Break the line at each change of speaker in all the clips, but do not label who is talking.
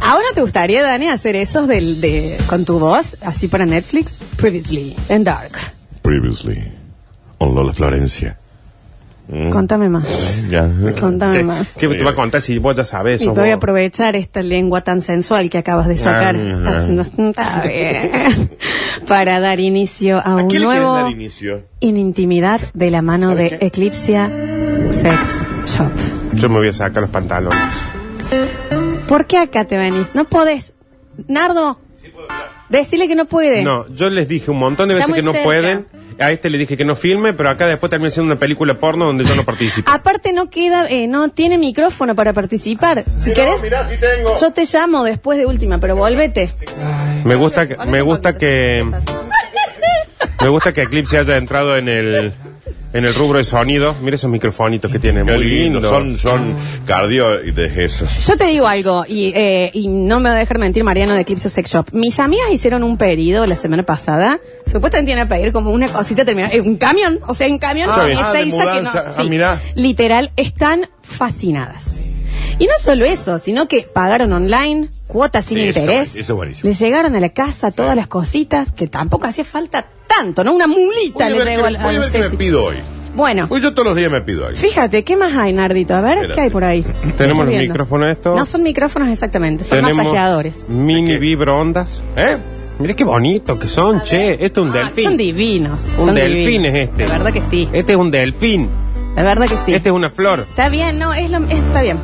¿Ahora te gustaría, Dani, hacer esos del, de, con tu voz, así para Netflix? Previously, en Dark.
Previously. On Lola Florencia.
Contame más.
Ya.
Contame
Eh,
¿Qué,
más.
qué te va a contar si vos ya sabes?
Y
sos
voy a
vos?
aprovechar esta lengua tan sensual que acabas de sacar.
Ajá.
Haciendo- está bien. para dar inicio a,
¿A
un
qué le querés
nuevo
dar inicio?
en intimidad de la mano de
¿Sabe qué?
Eclipsia Sex Shop.
Yo me voy a sacar los pantalones.
¿Por qué acá te venís? No podés. Nardo, decile que no puede.
No, yo les dije un montón de
Está
veces
muy
que no
cerca.
pueden. A este le dije que no filme, pero acá después termina siendo una película porno donde yo no participo.
Aparte no queda, eh, no tiene micrófono para participar. Si querés,
si tengo.
yo te llamo después de última, pero volvete.
Me gusta que,
Ponete
me
un
gusta
poquito.
que, me gusta que Eclipse haya entrado en el, en el rubro de sonido. Mira esos microfonitos que tiene.
Qué
Muy
lindo,
lindo.
Son, son cardio y de esos.
Yo te digo algo, y, eh, y no me voy a dejar mentir, Mariano de Eclipse Sex Shop. Mis amigas hicieron un pedido la semana pasada. Supuestamente iban a pedir como una cosita terminada. eh, un camión, o sea, un camión
Ah,
con
ah, de
Ezeiza que no-
mudanza. Ah, mirá.
Literal, están fascinadas. Y no solo eso, sino que pagaron online, cuotas sin
Sí, eso
interés.
está buen- eso es buenísimo.
Les llegaron a la casa todas las cositas que tampoco hacía falta tanto, ¿no? Una
Voy
mulita
a
le
ver
llegó al,
qué- voy a
al
ver qué me
Ceci.
pido hoy.
Bueno,
Pues yo todos los días me pido algo.
Fíjate, ¿qué más hay, Nardito? A ver,
Espérate.
¿qué hay por ahí? Estoy
los
viendo.
micrófonos estos.
No son micrófonos exactamente, son
Tenemos
masajeadores.
Mini
¿De qué?
vibroondas.
¿Eh?
Mira qué bonito que son, che. Este es un
Ah,
delfín.
Son divinos.
Un
son
delfín
divinos.
es este.
La verdad que sí.
Este es un delfín.
La verdad que sí.
Este es una flor.
Está bien, no, es lo- está bien.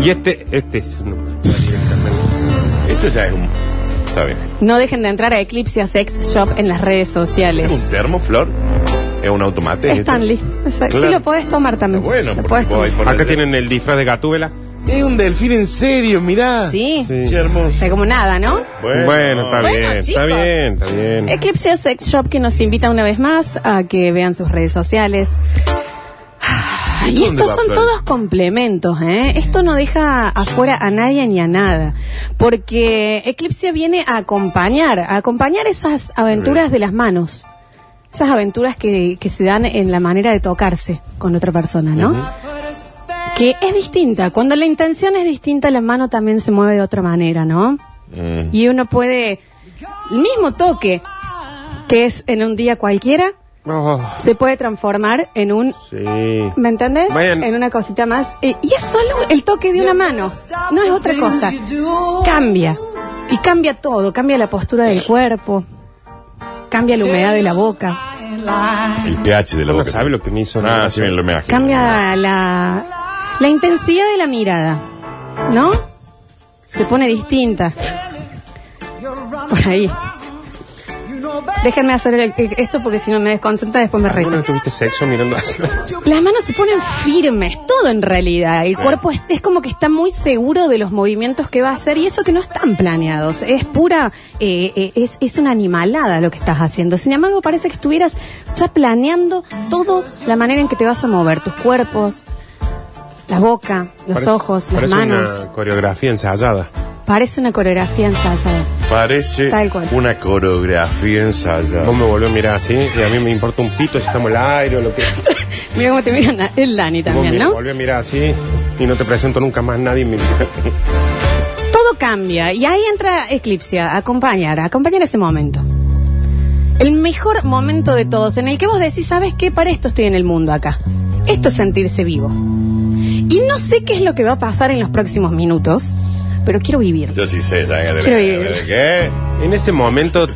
Y este, este es un-
Esto ya es un. Está bien.
No dejen de entrar a Eclipse Sex Shop en las redes sociales.
¿Es un termoflor? ¿Es un automate?
Es
este.
¿Esto?
Stanley. Exacto.
Claro.
Sí, lo podés tomar también.
Está
Lo
bueno, porque
podés
vos
tomar.
ahí ponés-
Acá tienen el disfraz de Gatúbela.
Es un delfín en serio, mirá.
Sí.
Ah. Sí.
Qué hermoso.
O sea, como nada, ¿no?
Bueno, está
Bueno,
bien, está
chicos.
bien, está bien.
Eclipse Sex Shop que nos invita una vez más a que vean sus redes sociales. Ah, Y
¿Dónde
estos
va,
son
Flor?
todos complementos, ¿eh? Esto no deja afuera a nadie ni a nada, porque Eclipse viene a acompañar, a acompañar esas aventuras de las manos, esas aventuras que, que se dan en la manera de tocarse con otra persona, ¿no? Que es distinta, cuando la intención es distinta, la mano también se mueve de otra manera, ¿no?
Mm.
Y uno puede, el mismo toque que es en un día cualquiera,
Oh,
se puede transformar en un,
sí.
¿me entendés?
Vayan.
En una cosita más. Eh, y es solo el toque de una mano, no es otra cosa. Cambia. Y cambia todo, cambia la postura del cuerpo, cambia la humedad de la boca,
El pH de la
No
boca.
sabe lo que me hizo.
Ah, sí, me lo me imagino.
cambia la, la intensidad de la mirada, ¿no? Se pone distinta. Por ahí. Déjenme hacer el- esto porque si no me desconcentra después me reto.
¿Alguna vez tuviste sexo mirando así?
Las manos se ponen firmes, todo en realidad. El cuerpo es, es como que está muy seguro de los movimientos que va a hacer y eso que no están planeados. Es pura, eh, eh, es, es una animalada lo que estás haciendo. Sin embargo, parece que estuvieras ya planeando todo la manera en que te vas a mover, tus cuerpos, la boca, los
Parece-
ojos, las
parece
manos.
una coreografía ensayada.
Parece una coreografía ensayada.
Parece
Tal cual.
una coreografía ensayada.
Vos me volvés a mirar así y a mí me importa un pito si estamos al aire o lo que.
Mira cómo te miran el Dani también,
Vos
¿no?
me volvés a mirar así y no te presento nunca más nadie en mi vida.
Todo cambia y ahí entra Eclipse a acompañar, a acompañar ese momento. El mejor momento de todos, en el que vos decís, ¿sabes qué? Para esto estoy en el mundo acá. Esto es sentirse vivo. Y no sé qué es lo que va a pasar en los próximos minutos, pero quiero vivir.
Yo sí sé, ¿sabes? De-
Quiero
de-
vivir.
de- ¿Qué?
Eh, En ese momento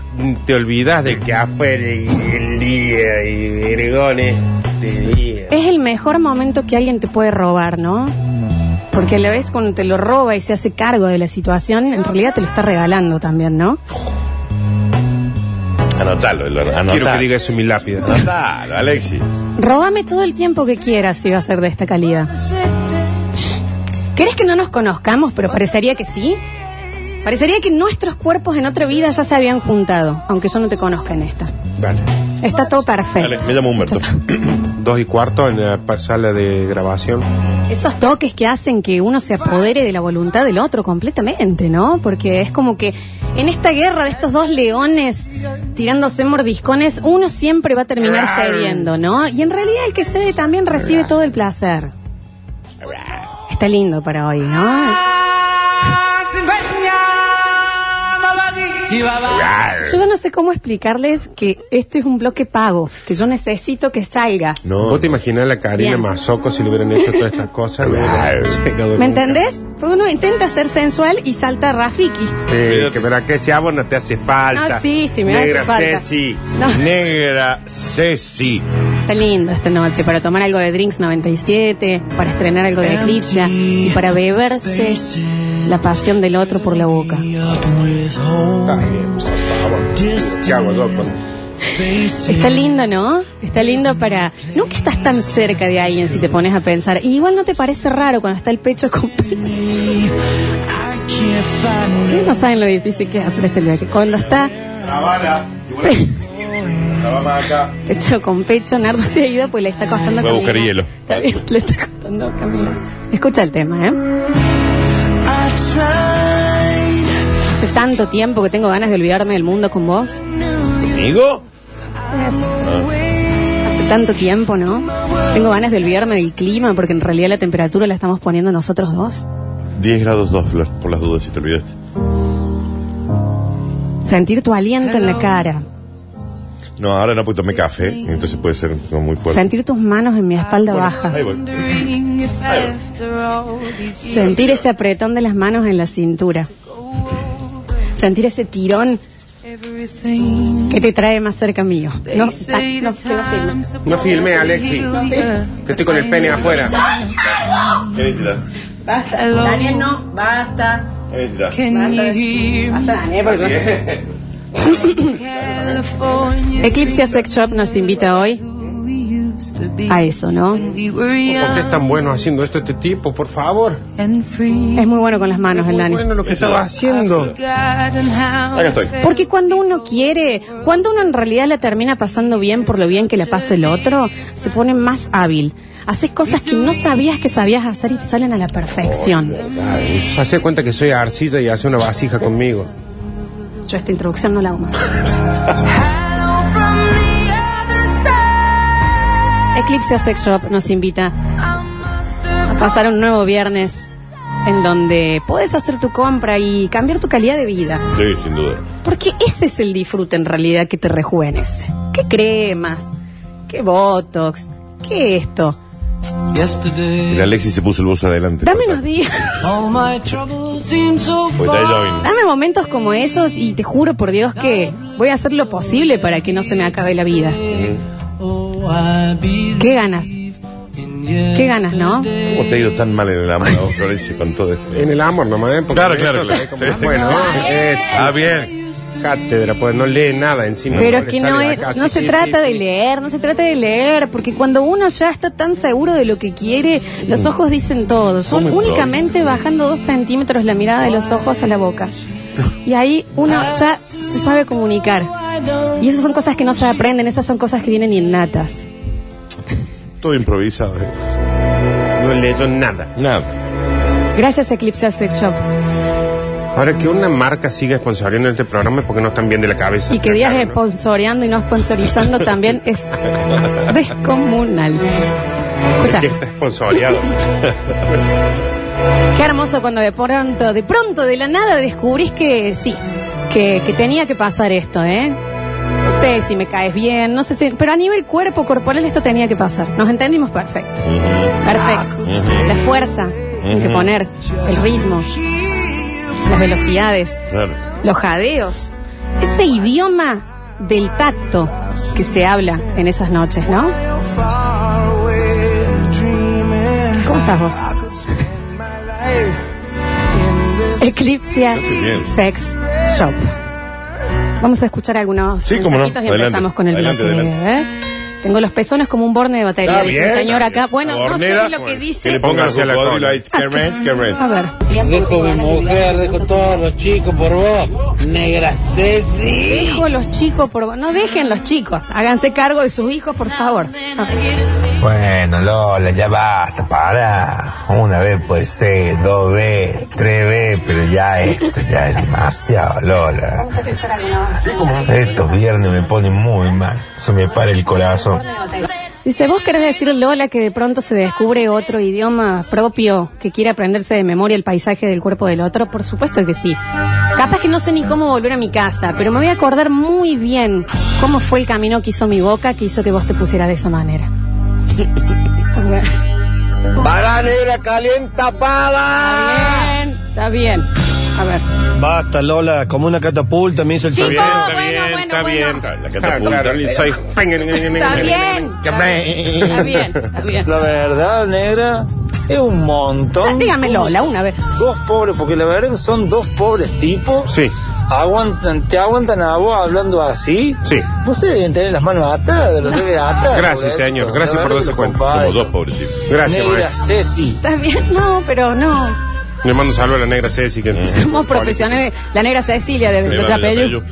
te olvidas de que afuera y el día y vergones. de día.
Es el mejor momento que alguien te puede robar, ¿no? Porque a la vez cuando te lo roba y se hace cargo de la situación, en realidad te lo está regalando también, ¿no?
Anotalo, lo- anotalo.
Quiero que diga eso en mi lápida.
Anotalo, Alexi.
Róbame todo el tiempo que quieras si va a ser de esta calidad. ¿Crees que no nos conozcamos, pero parecería que sí? Parecería que nuestros cuerpos en otra vida ya se habían juntado, aunque yo no te conozca en esta.
Vale.
Está todo
Dale,
perfecto.
me llamo Humberto.
Dos y cuarto en la pa- sala de grabación.
Esos toques que hacen que uno se apodere de la voluntad del otro completamente, ¿no? Porque es como que en esta guerra de estos dos leones tirándose mordiscones, uno siempre va a terminar cediendo, ¿no? Y en realidad el que cede también recibe todo el placer. Está lindo para hoy, ¿no?
Tonight.
Yo ya no sé cómo explicarles que esto es un bloque pago, que yo necesito que salga.
No.
¿Vos te imaginas la Karina
Bien.
Mazoco si le hubieran hecho todas estas cosas? No hubiera llegado nunca.
¿Me entendés? Porque uno intenta ser sensual y salta Rafiki.
Sí, que verá que si a vos no te hace falta.
No, Ah, sí, sí me hace
Negra
falta.
Ceci.
No.
Negra Ceci.
Está lindo esta noche para tomar algo de Drinks 97, para estrenar algo de Eclipse y para beberse la pasión del otro por la boca.
Ay, bien, por favor. ¿Qué hago yo con-
Está lindo, ¿no? Está lindo para... Nunca estás tan cerca de alguien si te pones a pensar. Y igual no te parece raro cuando está el pecho con pecho. No saben lo difícil que es hacer este viaje. Cuando está
La bala. Si vos la- la vamos acá.
pecho con pecho, Nardo se ha ido pues le está costando
Voy a buscar
caminar.
hielo.
Está bien, le está costando caminar. Escucha el tema, ¿eh? Hace tanto tiempo que tengo ganas de olvidarme del mundo con vos.
¿Conmigo?
Hace tanto tiempo, ¿no? Tengo ganas de olvidarme del clima porque en realidad la temperatura la estamos poniendo nosotros dos.
10 grados 2, Flor, por las dudas si te olvidaste.
Sentir tu aliento en la cara.
No, ahora no, porque tomé café, entonces puede ser como muy fuerte.
Sentir tus manos en mi espalda baja.
Ahí voy.
Sentir ese apretón de las manos en la cintura. Sentir ese tirón que te trae más cerca mío. No, ah, no, que no filme.
No filme, Alexi. Que estoy con el pene afuera.
¿Qué necesitas?
Basta, Daniel, no, basta.
¿Qué necesitas?
Basta, basta, Daniel, porque yo- Eclipse Sex Shop nos invita hoy a eso, ¿no?
¿Por qué es tan bueno haciendo esto este tipo? Por favor.
Em-
Es muy bueno con las manos el
Muy
Dani.
bueno lo que estaba haciendo.
Acá estoy.
Porque cuando uno quiere, cuando uno en realidad la termina pasando bien por lo bien que le pasa el otro, se pone más hábil. Haces cosas que no sabías que sabías hacer y te salen a la perfección.
Ah,
Hace cuenta que soy arcilla y hace una vasija conmigo.
Yo esta introducción no la hago más. Eclipse Sex Shop nos invita a pasar un nuevo viernes en donde puedes hacer tu compra y cambiar tu calidad de vida.
Sí, sin duda.
Porque ese es el disfrute en realidad que te rejuvenece. ¿Qué cremas? ¿Qué botox? ¿Qué esto?
El Alexis se puso el buzo adelante.
Dame
Porque
unos días,
está lloviendo.
dame momentos como esos y te juro por Dios que voy a hacer lo posible para que no se me acabe la vida. Qué ganas. Qué ganas, ¿no?
¿Cómo te ha ido tan mal en el amor, a vos, Florencia, con todo esto?
En el amor nomás, ¿eh? Porque
Claro,
esto
claro,
es
claro.
como más Bueno, eh,
Ah, bien.
cátedra, pues no lee nada encima.
Pero
le
que
sale
no,
la
es-
casa,
no se
sí,
trata de
sí, sí.
leer, no se trata de leer, porque cuando uno ya está tan seguro de lo que quiere, los ojos dicen todo. Son
Somos
únicamente bajando dos centímetros la mirada de los ojos a la boca. Y ahí uno ya se sabe comunicar. Y esas son cosas que no se aprenden, esas son cosas que vienen innatas.
Todo improvisado. ¿eh?
No leyó nada.
Nada.
Gracias Eclipse Sex Shop.
Ahora que una marca siga sponsoreando este programa es porque no están bien de la cabeza.
Y que días
Claro, ¿no?
sponsoreando y no sponsorizando también es descomunal. Escucha.
Ya está sponsoreado.
Qué hermoso cuando de pronto, de pronto, de la nada descubrís que sí, que, que tenía que pasar esto, ¿eh? No sé si me caes bien, no sé si... Pero a nivel cuerpo corporal esto tenía que pasar. Nos entendimos perfecto. Perfecto. La fuerza hay que poner, el ritmo, las velocidades,
Claro.
los jadeos. Ese idioma del tacto que se habla en esas noches, ¿no? ¿Cómo estás vos? Eclipse
estoy bien.
Sex Shop. Vamos a escuchar algunos
Sí, cómo no.
mensajitos y
Adelante.
empezamos con el
Adelante,
bloque,
adelante.
¿eh? Tengo los pezones como un borne de batería,
Está
dice
bien,
el señor
está bien.
acá. Bueno,
La
no sé
bornera,
lo que
pues,
dice.
Que le pongan su
Hacia la
cocodrilo
cola.
ahí. ¿Qué ranch? ¿Qué ranch?
A ver.
Dejo mi mujer, dejo todos los chicos por vos. Negra Ceci.
Dejo los chicos por... No dejen los chicos. Háganse cargo de sus hijos, por favor. Ah.
Bueno, Lola, ya basta, para. Una vez puede ser, dos veces, tres veces, pero ya esto, ya es demasiado, Lola. Estos viernes me ponen muy mal, se me para el corazón.
Dice, ¿vos querés decir Lola que de pronto se descubre otro idioma propio que quiere aprenderse de memoria el paisaje del cuerpo del otro? Por supuesto que sí. Capaz que no sé ni cómo volver a mi casa, pero me voy a acordar muy bien cómo fue el camino que hizo mi boca que hizo que vos te pusieras de esa manera.
Para negra calienta pava.
Está bien, está bien. A ver.
Basta, Lola, como una catapulta me hizo el
Chicos,
sorteo.
Oh, bueno, bueno,
está bien,
bueno.
está bien. La
Ah,
catapulta,
claro,
y soy-
Está bien. Está bien, está bien. Está bien.
La verdad, negra, es un montón.
Dígame Lola una vez.
Dos pobres, porque la verdad que son dos pobres tipos.
Sí,
Aguantan, te aguantan a vos hablando así.
sí.
No se deben tener las manos atadas, los deben atar.
Gracias,
pobrecito.
señor.
La
Gracias
verdad
por darse
que lo
cuenta.
compadre.
Somos dos pobres tipos.
Gracias,
Negra
maestro.
Ceci.
Está bien, no, pero no.
Le mando un saludo a la negra Ceci. Que...
Somos profesionales. La negra Cecilia de
Negra
los
de
apellidos.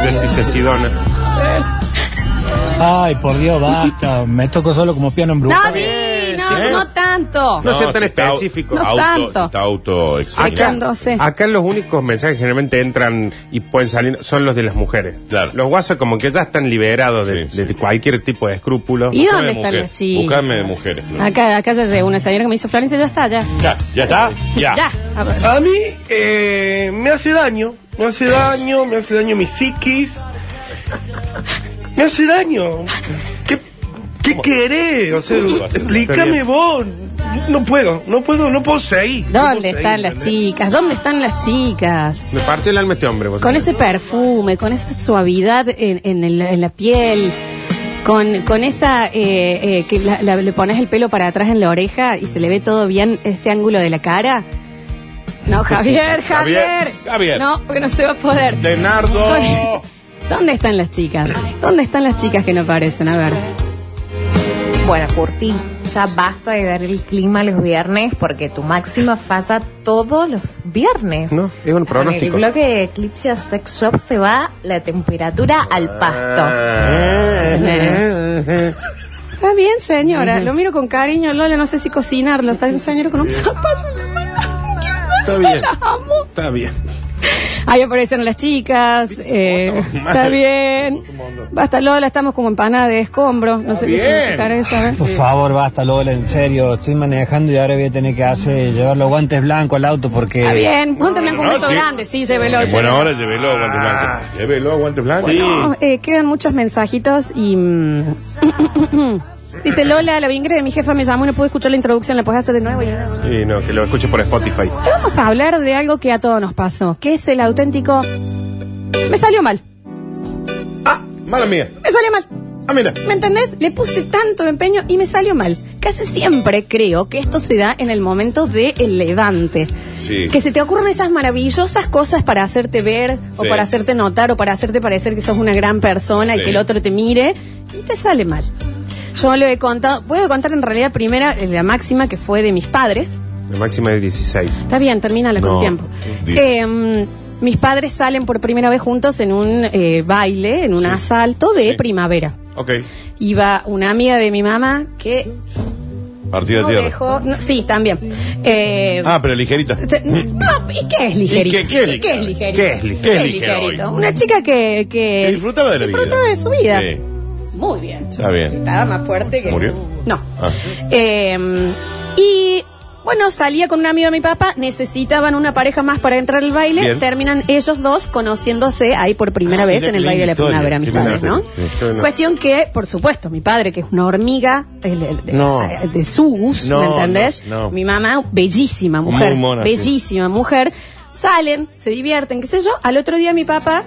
Ceci Cecidona.
Ay, por Dios, basta. Me toco solo como piano en brujo.
Nadie,
bien,
no,
che.
no tanto.
No sea
si
tan
está au-
específico. Ah,
No
auto,
tanto.
Está auto
Acá.
examinando.
Dándose.
Acá los únicos mensajes que generalmente entran y pueden salir son los de las mujeres.
Claro.
Los guasos como que ya están liberados de,
Sí, sí.
de cualquier tipo de escrúpulo.
¿Y
Buscame
dónde
de
están
mujer.
los chicos?
Buscame de mujeres, Flor.
Acá, acá ya llegó una señora que me dice, Florencia, ya está, ya.
Ya, ya está. Ya.
Ya. A ver.
A mí eh, me hace daño, me hace daño, me hace daño mi psiquis. Me hace daño. ¿Qué, qué querés? O sea,
¿Cómo lo hace?
explícame vos. No puedo, no puedo, no puedo seguir. No puedo
¿Dónde
seguir,
están las
¿entendés?
chicas? ¿Dónde están las chicas?
Me partió el alma este hombre. vos
Con
sabés.
ese perfume, con esa suavidad en, en el- en la piel, con, con esa eh, eh, que la- la- le pones el pelo para atrás en la oreja y se le ve todo bien este ángulo de la cara. No, Javier, Javier.
Javier, Javier.
No, porque no se va a poder.
De Nardo.
¿Dónde están las chicas? ¿Dónde están las chicas que no aparecen? A ver.
Bueno, Curti, ya basta de dar el clima los viernes porque tu máxima falla todos los viernes.
No, es un
Con el
pronóstico.
bloque de Eclipse Sex Shop se va la temperatura al pasto.
Eh,
Está bien, señora. Lo miro con cariño, Lola. No sé si cocinarlo. Está bien, señora, con un zapallo en la mano.
Está bien. Está bien.
Ahí aparecen las chicas. eh, está bien. Basta, Lola. Estamos como empanada de escombro. No sé qué significará eso. ¿eh?
Por favor, basta, Lola, en serio. Estoy manejando y ahora voy a tener que hacer, llevar los guantes blancos al auto
Está
porque...
bien. Ponte blanco un
no,
beso
sí.
grande. Sí, se ve
En buena hora, llévelo, guante
Ah.
blanco. Llévelo, guante blanco.
No, eh, quedan muchos mensajitos y... mm, Dice Lola, la vingre de mi jefa me llamó y no pude escuchar la introducción, la puedes hacer de nuevo. Y...
Sí, no, que lo escuche por Spotify.
Vamos a hablar de algo que a todos nos pasó, que es el auténtico... Me salió mal,
Ah, mala mía.
me salió mal.
Ah, mira.
¿Me entendés? Le puse tanto empeño y me salió mal. Casi siempre creo que esto se da en el momento del levante.
Sí.
Que se te ocurren esas maravillosas cosas para hacerte ver, o
Sí.
para hacerte notar, o para hacerte parecer que sos una gran persona y
Sí.
que el otro te mire, y te sale mal. Yo le he contado, puedo contar en realidad primera eh, la máxima que fue de mis padres.
La máxima de 16.
Está bien, termínala
No,
con tiempo.
digo.
Eh, mis padres salen por primera vez juntos en un eh, baile, en un
Sí.
asalto de
Sí.
primavera.
Ok.
Iba una amiga de mi mamá que
Partida
no
de tierra.
dejó. no, sí, también. Eh,
Ah, pero ligerita.
se- no, ¿Y qué es ligerito?
¿Y qué- qué es
¿Y qué es
ligero?
ligerito?
¿Qué es ligero?
¿Qué es ligero hoy?
Una chica que, que
Que disfrutaba de la vida.
disfrutaba de su vida.
Sí.
Muy bien.
Está bien.
Estaba más fuerte que.
¿Murió?
No.
Ah.
Eh, y bueno, salía con un amigo de mi papá, necesitaban una pareja más para entrar al baile,
Bien.
terminan ellos dos conociéndose ahí por primera
Ah,
vez
mira
en
qué
el baile de la
linda
primavera, mis
historia,
padres,
qué
¿no?
linda historia, sí, yo no.
Cuestión que, por supuesto, mi padre, que es una hormiga el- el- de,
No.
de sus,
No,
¿me entendés?
no, no.
Mi mamá, bellísima mujer,
Muy mona, sí.
bellísima mujer, salen, se divierten, qué sé yo, al otro día mi papá,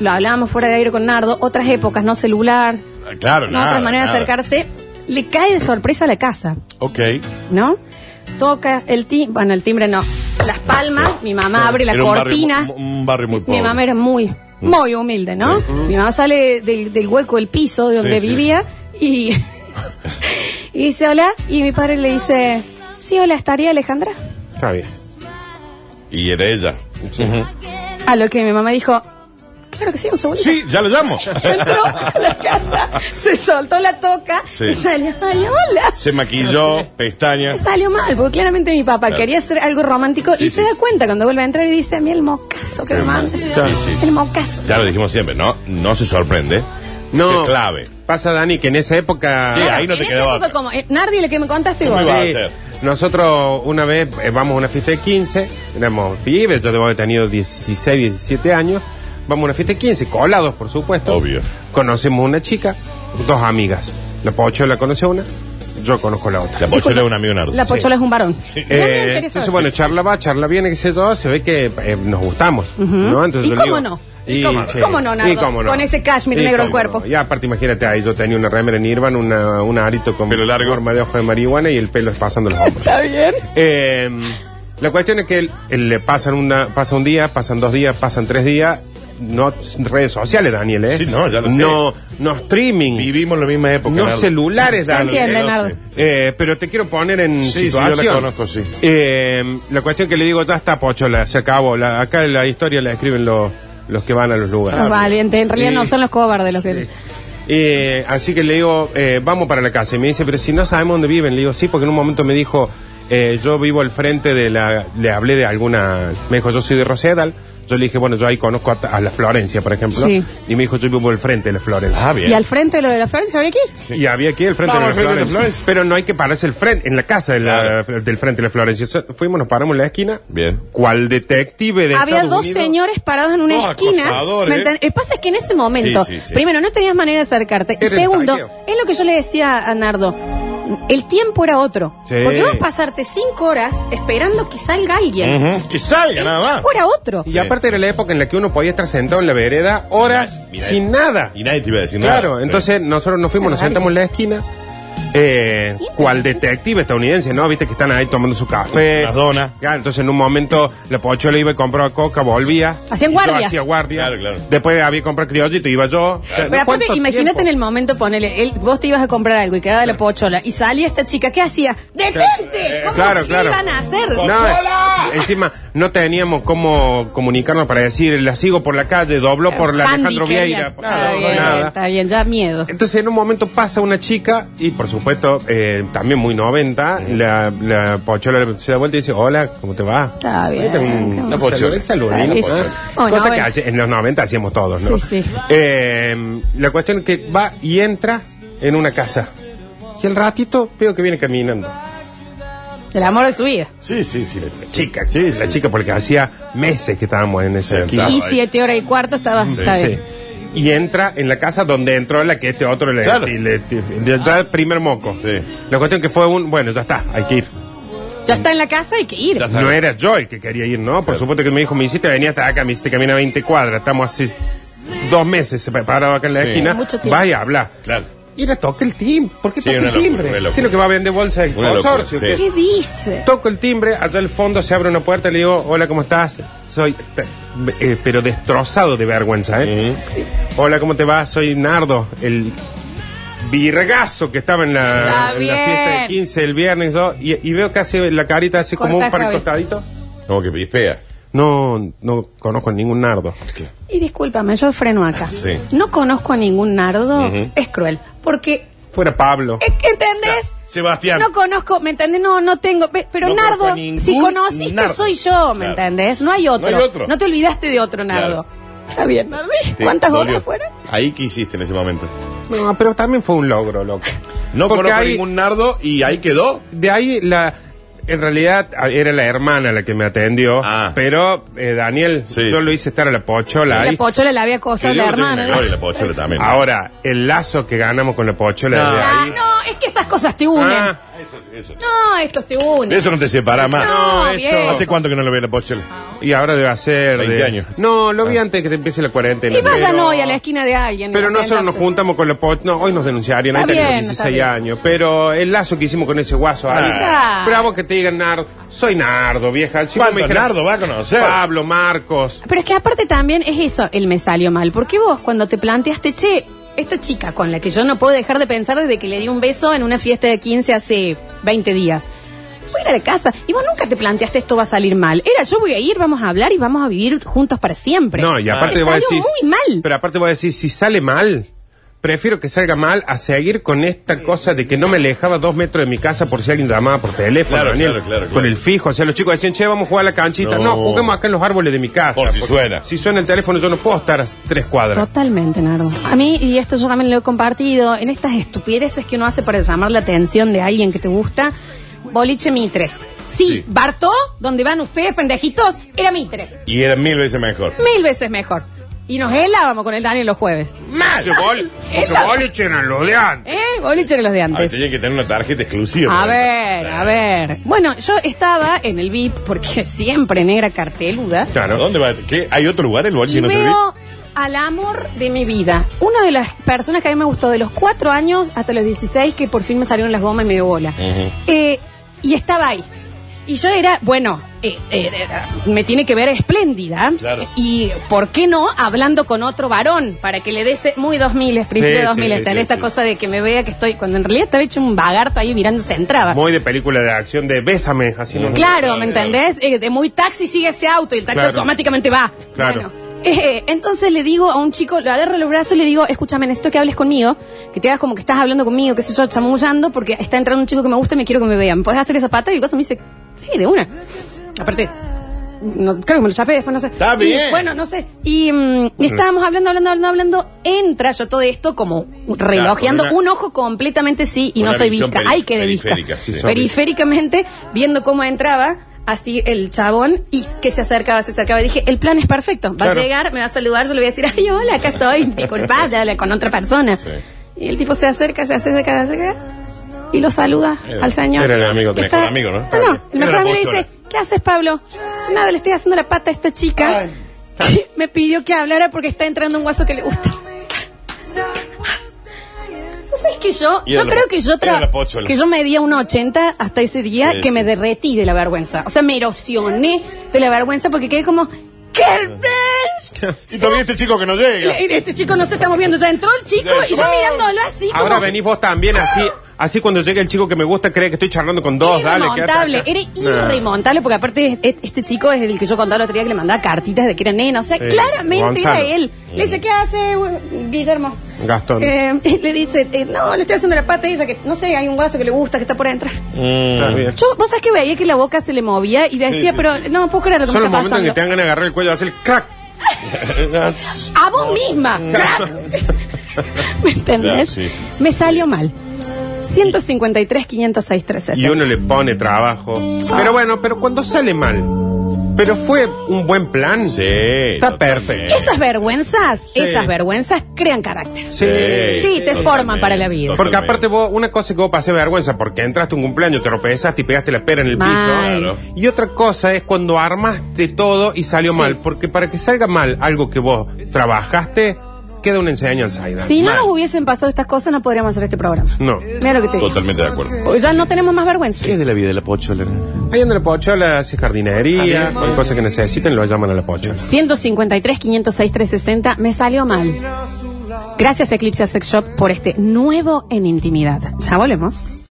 lo hablábamos fuera de aire con Nardo, otras épocas, no celular,
Ah, Claro,
no
nada.
otra manera
nada.
de acercarse, le cae de sorpresa a la casa,
Ok.
¿no? Toca el timbre, bueno, el timbre no, las palmas, mi mamá abre la
Era un barrio
cortina.
mu- un barrio muy pobre. Mm.
Mi mamá era muy, muy humilde, ¿no? Mi mamá sale del, del hueco del piso de donde
Sí, sí,
vivía Y, y dice hola y mi padre le dice, sí, hola, ¿estaría Alejandra?
Está bien.
Y era ella. Ujú.
A lo que mi mamá dijo, claro que sí, un segundo.
Sí, ya lo llamo.
Entró a la casa, se soltó la toca
Sí.
y salió, ay, hola.
Se maquilló,
Me
pestañas.
Salió mal, porque claramente mi papá
Claro.
quería hacer algo romántico
Sí,
y se
sí.
da cuenta cuando vuelve a entrar y dice, a mí el mocazo que me manda.
Sí, sí, sí.
El mocazo.
Ya lo dijimos siempre, ¿no? No se sorprende.
No.
Se clave.
Pasa, Dani, que en esa época.
Sí, ahí no
En
te
esa
quedaba
época
otra.
como, eh, Nardi, lo que me contaste
No
vos.
me va a
Sí.
hacer.
Nosotros una vez eh, vamos a una fiesta de 15, éramos pibes, yo debo haber tenido 16, 17 años. Vamos a una fiesta de 15, colados, por supuesto.
Obvio.
Conocemos una chica, dos amigas. La Pocho la conoce una, yo conozco la otra.
La pochola es un amigo nardo.
La pochola es un varón.
Eh,
Ya me interesa.
entonces, bueno, charla va, charla viene, que sé todo, se ve que eh, nos gustamos.
Ujú.
¿no? Entonces
¿Y
yo le
cómo
digo-
no? ¿Y cómo- cómo no, Nardo? Con ese cashmere
¿Y
negro
cómo
en cuerpo.
no? Y aparte, imagínate, ahí yo tenía una remera en Irvan, una, un arito con
Pelo largo.
forma de hoja de marihuana y el pelo pasando los hombros.
Está bien.
Eh, la cuestión es que él- él le pasan una, pasa un día, pasan dos días, pasan tres días. No redes sociales, Daniel, ¿eh?
Sí, no, ya lo sé.
no, No streaming.
Vivimos la misma época.
no
Nardo.
celulares,
Te
Daniel.
entiende,
no
Nardo.
sé.
Eh, pero te quiero poner en
Sí, sí, yo la
situación.
conozco, sí.
Eh, la cuestión que le digo, ya está pochola, se acabó. La- acá la historia la escriben los, los que van a los lugares.
Los valientes, en realidad
Sí.
no son los cobardes los que.
Sí. Eh, así que le digo, eh, vamos para la casa. Y me dice, pero si no sabemos dónde viven. Le digo, sí, porque en un momento me dijo, eh, yo vivo al frente de la... Le hablé de alguna... Me dijo, yo soy de Rosedal. Yo le dije, bueno, yo ahí conozco a, a la Florencia, por ejemplo.
Sí.
Y me dijo, yo vivo al frente de la Florencia.
Ah,
Y
bien.
al frente de lo de la Florencia habría que ir.
Y había aquí el frente, de
Vamos al
la,
frente de la
Florencia.
Florencia.
Pero no hay que pararse el frente, en la casa de la- del frente de la Florencia. So- Fuimos, nos paramos en la esquina.
Bien.
Cual detective de
Había
Estados
dos
Unidos.
señores parados en una
Dos
esquina.
acosadores.
¿me enten- El pasa es que en ese momento,
Sí, sí, sí.
primero, no tenías manera de acercarte. Y
Era el
segundo,
taqueo.
es lo que yo le decía a Nardo. El tiempo era otro.
Sí.
Porque vos pasarte cinco horas esperando que salga alguien.
Ujú, Que salga nada más.
Tiempo era otro.
Y
Sí.
aparte era la época en la que uno podía estar sentado en la vereda horas
Mira,
sin nada.
Y nadie te iba a decir nada.
Claro,
Sí.
entonces nosotros nos fuimos, nos
Claro.
sentamos en la esquina. Eh,
Sí,
cual detective estadounidense, ¿no? Viste que están ahí tomando su café.
Las donas.
Claro, entonces en un momento la pochola iba y compraba coca, volvía.
Hacían
Y yo
guardias.
Hacía guardia.
Claro, claro.
Después había comprado criollito, iba yo.
Pero aparte, imagínate en el momento, ponele, él- vos te ibas a comprar algo y quedaba la pochola y salía esta chica, ¿qué hacía? ¡Detente!
Eh,
¿Cómo
claro,
¿Qué
claro.
iban a hacer?
No, eh, encima no teníamos cómo comunicarnos para decir, la sigo por la calle, dobló por la
Handy
Alejandro
Eh, quería.
Vieira.
Está
No,
bien,
nada.
está bien, ya miedo.
Entonces en un momento pasa una chica y por supuesto eh, también muy 90, la, la pochola se da vuelta y dice, hola, ¿cómo te va?
Está bien.
Ahí tengo un-
¿Cómo
un
pochola.
saludo, el saludín,
Dale,
¿no?
sí.
Pochola.
Oh,
Cosa que
90.
hace- en los 90 hacíamos todos, ¿no?
Sí, sí.
Eh, la cuestión es que va y entra en una casa. Y al ratito veo que viene caminando.
El amor de su vida.
Sí, sí, sí. La
Chica,
Sí,
la
sí.
chica, porque hacía meses que estábamos en ese
Sí,
esquina.
y
ahí.
siete horas y cuarto estaba está
Sí.
bien.
Y entra en la casa donde entró la que este otro le,
Claro.
y le- y- ya el primer moco.
Sí.
La cuestión que fue un, bueno, ya está, hay que ir.
Ya está en la casa, hay que ir.
Ya está.
No era yo el que quería ir, ¿no? Por
Claro.
supuesto que me dijo, me hiciste venir hasta acá, me hiciste caminar 20 cuadras, estamos hace dos meses separados acá en la
Sí.
esquina,
Mucho tiempo.
vaya, habla.
Claro.
Y le toca el timbre, ¿por qué
Sí,
toca
una
el
locura,
timbre?
una locura.
¿Qué es lo que va a vender bolsa el
Una locura,
consorcio?
sí.
¿Qué?
¿Qué dice?
Toco el timbre, allá al fondo se abre una puerta, le digo, hola, ¿cómo estás? Soy, te- eh, pero destrozado de vergüenza, ¿eh? Hola, ¿cómo te va? Soy Nardo, el virgazo que estaba en la,
Está
en la
bien.
fiesta de 15 el viernes, ¿no? y, y veo que hace la carita así como
Cortá,
un par
Javi.
costadito.
Como que pispea.
No, no conozco ningún Nardo.
Y discúlpame, yo freno acá.
Sí.
No conozco a ningún nardo,
Ujú.
es cruel. Porque,
Fuera Pablo.
es que, ¿entendés?
Claro. Sebastián.
No conozco, ¿me entendés? No, no tengo. pe- Pero
No conozco
Nardo,
a ningún
si conociste,
nardo.
soy yo, ¿me
Claro.
entendés? No hay, otro.
hay otro.
te olvidaste de otro Nardo. Está bien, Nardi.
Te
¿Cuántas
dolió.
horas fueron?
Ahí que hiciste en ese momento.
No, pero también fue un logro, loco.
No
Porque
conozco
ahí-
ningún nardo y ahí quedó.
De ahí la. En realidad a- era la hermana la que me atendió,
Ah.
pero eh, Daniel,
Sí,
yo
sí.
lo hice estar a la pochola.
La
ahí.
pochola la había
Que
cosas
Dios
la
lo tenga en
hermana.
la gloria, la pochola también.
Ahora, el lazo que ganamos con la pochola
No.
de
Ah,
ahí.
no, es que esas cosas te unen.
Ah,
Eso- eso.
No, estos te unen.
De eso no te separa más.
No,
No,
bien.
eso-
¿Hace cuánto que no lo ve la pochola?
y ahora debe hacer.
20
de-
años. Ah.
No, lo vi antes que te empiece la cuarentena.
Y vayan
Pero-
hoy a la esquina de alguien.
Pero
a
nosotros nos
sentarse.
juntamos con la pochola. No, hoy nos denunciarían, ahí
Está
tenemos
bien, está
16
bien.
años. Pero el lazo que hicimos con ese guaso ahí.
Ah.
Bravo que te digan Nardo. Soy Nardo, vieja. Si vos
¿Cuánto
me dijeras,
nardo va a conocer?
Pablo, Marcos.
Pero es que aparte también es eso, el me salió mal. Porque vos cuando te planteaste, che, esta chica con la que yo no puedo dejar de pensar desde que le di un beso en una fiesta de 15 hace 20 días. Voy a ir a la casa y vos nunca te planteaste esto va a salir mal. Era yo voy a ir, vamos a hablar y vamos a vivir juntos para siempre.
No, y aparte
Me
vos
salió
decís.
muy mal.
Pero aparte vos decís, si sale mal, prefiero que salga mal a seguir con esta cosa de que no me alejaba dos metros de mi casa por si alguien llamaba por teléfono,
Claro,
Daniel,
claro, claro, claro.
con el fijo. O sea, los chicos decían, che, vamos a jugar a la canchita. No,
No.
juguemos acá en los árboles de mi casa.
Por si
porque
suena.
Si suena el teléfono, yo no puedo estar a tres cuadras.
Totalmente, Nardo. A mí, y esto yo también lo he compartido, en estas estupideces que uno hace para llamar la atención de alguien que te gusta, boliche Mitre. Sí,
Sí.
Bartó, donde van ustedes, pendejitos, era Mitre.
Y era mil veces mejor.
Mil veces mejor. Y nos helábamos con el Daniel los jueves.
Porque bol- porque
Esa-
boliche eran los de antes.
¿Eh? Boliche que los de
Ah,
antes.
tenía que tener una tarjeta exclusiva.
A ver, a ver. Bueno, yo estaba en el VIP porque siempre negra carteluda.
Claro. ¿Dónde va? ¿Qué? ¿Hay otro lugar el boliche
Y
no se ve?
veo al amor de mi vida. Una de las personas que a mí me gustó de los 4 años hasta los 16, que por fin me salieron las gomas y me dio bola.
Ujú.
Eh, y estaba ahí. Y yo era, bueno, eh, eh, eh, me tiene que ver espléndida.
Claro.
Y, ¿por qué no? Hablando con otro varón, para que le des muy 2000, principio
Sí,
de
sí,
2000,
sí,
está en
sí,
esta
sí.
cosa de que me vea que estoy, cuando en realidad estaba hecho un vagarto ahí mirándose, entraba.
Eh, Muy de película de acción de bésame, así no.
Claro, ¿me entendés? Eh, de muy taxi sigue ese auto y el taxi
Claro.
automáticamente va.
Claro.
Bueno. eh, entonces le digo a un chico, lo agarro los brazos y le digo, escúchame, necesito que hables conmigo, que te hagas como que estás hablando conmigo, que sé yo, chamullando, porque está entrando un chico que me gusta y me quiero que me vean. ¿Puedes hacer esa pata? Y el cosa me dice, sí, de una. Aparte, no, creo que me lo chapé después, no sé.
Está
Y,
bien.
bueno, no sé. Y, mm, y estábamos hablando, hablando, hablando, hablando. Entra yo todo esto como relojeando
con una-
un ojo completamente sí y
Una
no soy
visión
visca.
peri-
Hay que de visca.
periférica, sí.
Periféricamente, viendo cómo entraba. Así el chabón y que se acercaba, se acercaba. Y dije, el plan es perfecto. Va
Claro.
a llegar, me va a saludar, yo le voy a decir, ay, hola, acá estoy, disculpada, habla con otra persona.
Sí.
Y el tipo se acerca, se acerca, se acerca y lo saluda
Era-
al señor.
era el amigo,
Que
mejor amigo, ¿no?
No, el
Era
mejor
la
amigo le dice,
bochona.
¿qué haces, Pablo? Dice, Nada, le estoy haciendo la pata a esta chica. Me pidió que hablara porque está entrando un guaso que le gusta. Entonces que yo,
Y
yo
era la-
creo que yo
era la
tra
pochola.
que yo medía un 80 hasta ese día
Sí,
que me
sí.
derretí de la vergüenza. O sea, me erosioné de la vergüenza porque quedé como, ¡qué
Y todavía este chico que no llega.
bello! Este chico no se está moviendo, ya entró el chico y yo mirándolo así como...
Ahora venís vos también así, así cuando llegue el chico que me gusta cree que estoy charlando con dos,
Era
dale, quédate acá.
irremontable, era
Nah.
irremontable, porque aparte es- es- este chico es el que yo contaba el otro día que le mandaba cartitas de que era nena, o sea,
Sí,
claramente
Gonzalo. Mm.
era él. Le dice, ¿qué hace güey, Guillermo?
Gastón.
Eh, y le dice, eh, no, le estoy haciendo la pata a ella, que no sé, hay un guaso que le gusta, que está por entrar.
Mm.
Está bien.
Yo, vos sabés que veía que la boca se le movía y decía,
sí.
pero no, puedo creer lo que
Son
me
los
está
momentos en que
pasando.
te hagan agarrar el cuello, hacer el crack.
A vos misma. crack. ¿Me entendés?
Claro, Mm. sí, sí.
Me salió mal. 153, 506,
Y
360.
uno le pone trabajo. Pero bueno, pero cuando sale mal. Pero fue un buen plan.
Sí,
Está
totalmente.
perfecto.
Esas vergüenzas, esas vergüenzas crean carácter.
Sí.
Sí, te forman para la vida.
Porque aparte vos, una cosa es que vos pasé vergüenza, porque entraste a un cumpleaños, te tropezaste y pegaste la pera en el
Mal.
piso.
Claro.
Y otra cosa es cuando armaste todo y salió mal, porque para que salga mal algo que vos trabajaste, queda una enseñanza ahí. Dan.
Si no
Mal.
nos hubiesen pasado estas cosas, no podríamos hacer este programa.
No.
Mira lo que te digo.
Totalmente de acuerdo.
Porque Ya no tenemos más vergüenza.
¿Qué es de la vida de la pochola?
Ahí anda la pochola, hace jardinería, hay cosas que necesiten, lo llaman a la pochola.
153, 506, 360. Me salió mal. Gracias Eclipse Sex Shop por este nuevo en intimidad. Ya volvemos.